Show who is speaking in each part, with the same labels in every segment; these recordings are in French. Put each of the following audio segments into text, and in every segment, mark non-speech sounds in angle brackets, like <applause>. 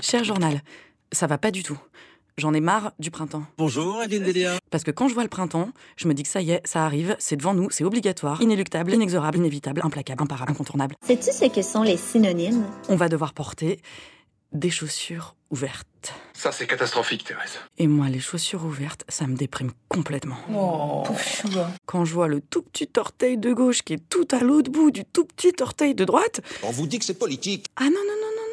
Speaker 1: Cher journal, ça va pas du tout. J'en ai marre du printemps.
Speaker 2: Bonjour Aline Delia.
Speaker 1: Parce que quand je vois le printemps, je me dis que ça y est, ça arrive, c'est devant nous, c'est obligatoire, inéluctable, inexorable, inévitable, implacable, imparable, incontournable.
Speaker 3: Sais-tu ce que sont les synonymes?
Speaker 1: On va devoir porter des chaussures ouvertes.
Speaker 4: Ça, c'est catastrophique, Thérèse.
Speaker 1: Et moi, les chaussures ouvertes, ça me déprime complètement.
Speaker 5: Oh.
Speaker 1: Quand je vois le tout petit orteil de gauche qui est tout à l'autre bout du tout petit orteil de droite.
Speaker 6: On vous dit que c'est politique.
Speaker 1: Ah non, non, non, non,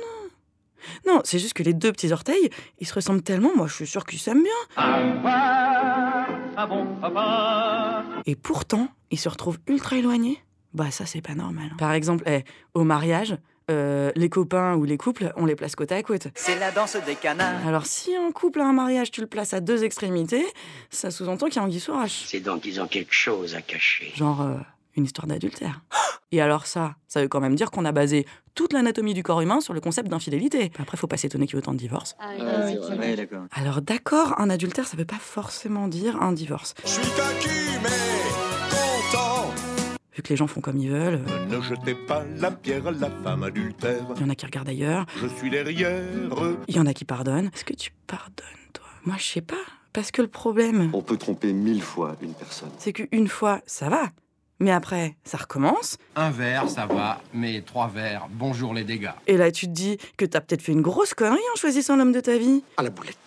Speaker 1: non. Non, c'est juste que les deux petits orteils, ils se ressemblent tellement, moi, je suis sûre qu'ils s'aiment bien. Et pourtant, ils se retrouvent ultra éloignés. Bah, ça, c'est pas normal. hein. Par exemple, eh, au mariage, euh, les copains ou les couples, on les place côte à côte.
Speaker 7: C'est la danse des canards.
Speaker 1: Alors, si un couple à un mariage, tu le places à deux extrémités, ça sous-entend qu'il y a anguille sous roche.
Speaker 8: C'est donc qu'ils ont quelque chose à cacher.
Speaker 1: Genre euh, une histoire d'adultère. <gasps> Et alors ça, ça veut quand même dire qu'on a basé toute l'anatomie du corps humain sur le concept d'infidélité. Après, faut pas s'étonner qu'il y ait autant de divorces.
Speaker 2: Ouais, d'accord.
Speaker 1: Alors d'accord, un adultère, ça veut pas forcément dire un divorce.
Speaker 6: Je suis conquis, mais content.
Speaker 1: Vu que les gens font comme ils veulent, euh,
Speaker 9: Ne jetez pas la pierre à la femme adultère.
Speaker 1: il y en a qui regardent ailleurs,
Speaker 9: Je suis derrière.
Speaker 1: il y en a qui pardonnent. Est-ce que tu pardonnes, toi Moi, je sais pas. Parce que le problème,
Speaker 10: On peut tromper mille fois une personne.
Speaker 1: c'est qu'une fois, ça va. Mais après, ça recommence.
Speaker 11: Un verre, ça va, mais trois verres, bonjour les dégâts.
Speaker 1: Et là, tu te dis que t'as peut-être fait une grosse connerie en choisissant l'homme de ta vie.
Speaker 10: À la boulette.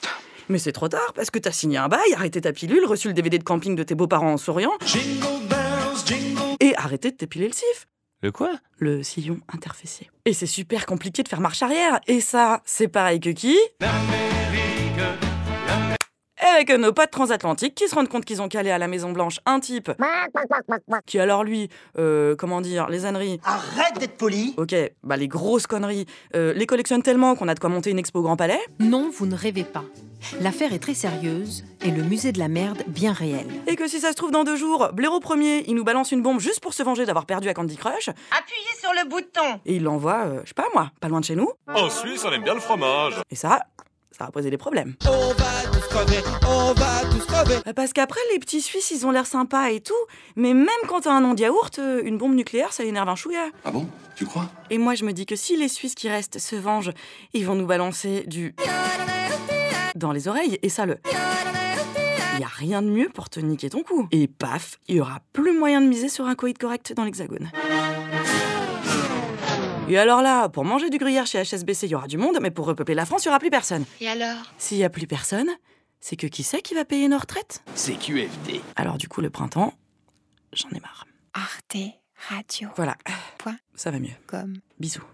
Speaker 1: Mais c'est trop tard parce que t'as signé un bail, arrêté ta pilule, reçu le DVD de camping de tes beaux-parents en souriant
Speaker 6: Jingle bells, jingle.
Speaker 1: et arrêté de t'épiler le sif,
Speaker 2: Le quoi
Speaker 1: le sillon interfécié. Et c'est super compliqué de faire marche arrière. Et ça, c'est pareil que qui avec nos potes transatlantiques qui se rendent compte qu'ils ont calé à la Maison Blanche un type qui alors lui, euh, comment dire, les âneries,
Speaker 7: Arrête d'être poli.
Speaker 1: ok, bah les grosses conneries, euh, les collectionne tellement qu'on a de quoi monter une expo au Grand Palais.
Speaker 5: Non, vous ne rêvez pas. L'affaire est très sérieuse et le musée de la merde bien réel.
Speaker 1: Et que si ça se trouve dans deux jours, Blaireau premier, il nous balance une bombe juste pour se venger d'avoir perdu à Candy Crush.
Speaker 5: Appuyez sur le bouton.
Speaker 1: Et il l'envoie, euh, je sais pas moi, pas loin de chez nous.
Speaker 9: En Suisse, on aime bien le fromage.
Speaker 1: Et ça, ça va poser des problèmes.
Speaker 6: On va tous crever, on va tous crever.
Speaker 1: Euh, Parce qu'après, les petits Suisses, ils ont l'air sympas et tout. Mais même quand t'as un nom de yaourt, euh, une bombe nucléaire, ça énerve un chouïa.
Speaker 10: Ah bon Tu crois
Speaker 1: Et moi, je me dis que si les Suisses qui restent se vengent, ils vont nous balancer du. dans les oreilles. Et ça, le. Y a rien de mieux pour te niquer ton cou. Et paf, il y aura plus moyen de miser sur un coït correct dans l'hexagone. Et alors là, pour manger du gruyère chez HSBC, il y aura du monde, mais pour repeupler la France, il y aura plus personne.
Speaker 3: Et alors?
Speaker 1: S'il y a plus personne, c'est que qui c'est qui va payer nos retraites
Speaker 11: C'est QFD.
Speaker 1: Alors du coup, le printemps, j'en ai marre.
Speaker 3: Arte Radio.
Speaker 1: Voilà.
Speaker 3: Point.
Speaker 1: Ça va mieux.
Speaker 3: Comme.
Speaker 1: Bisous.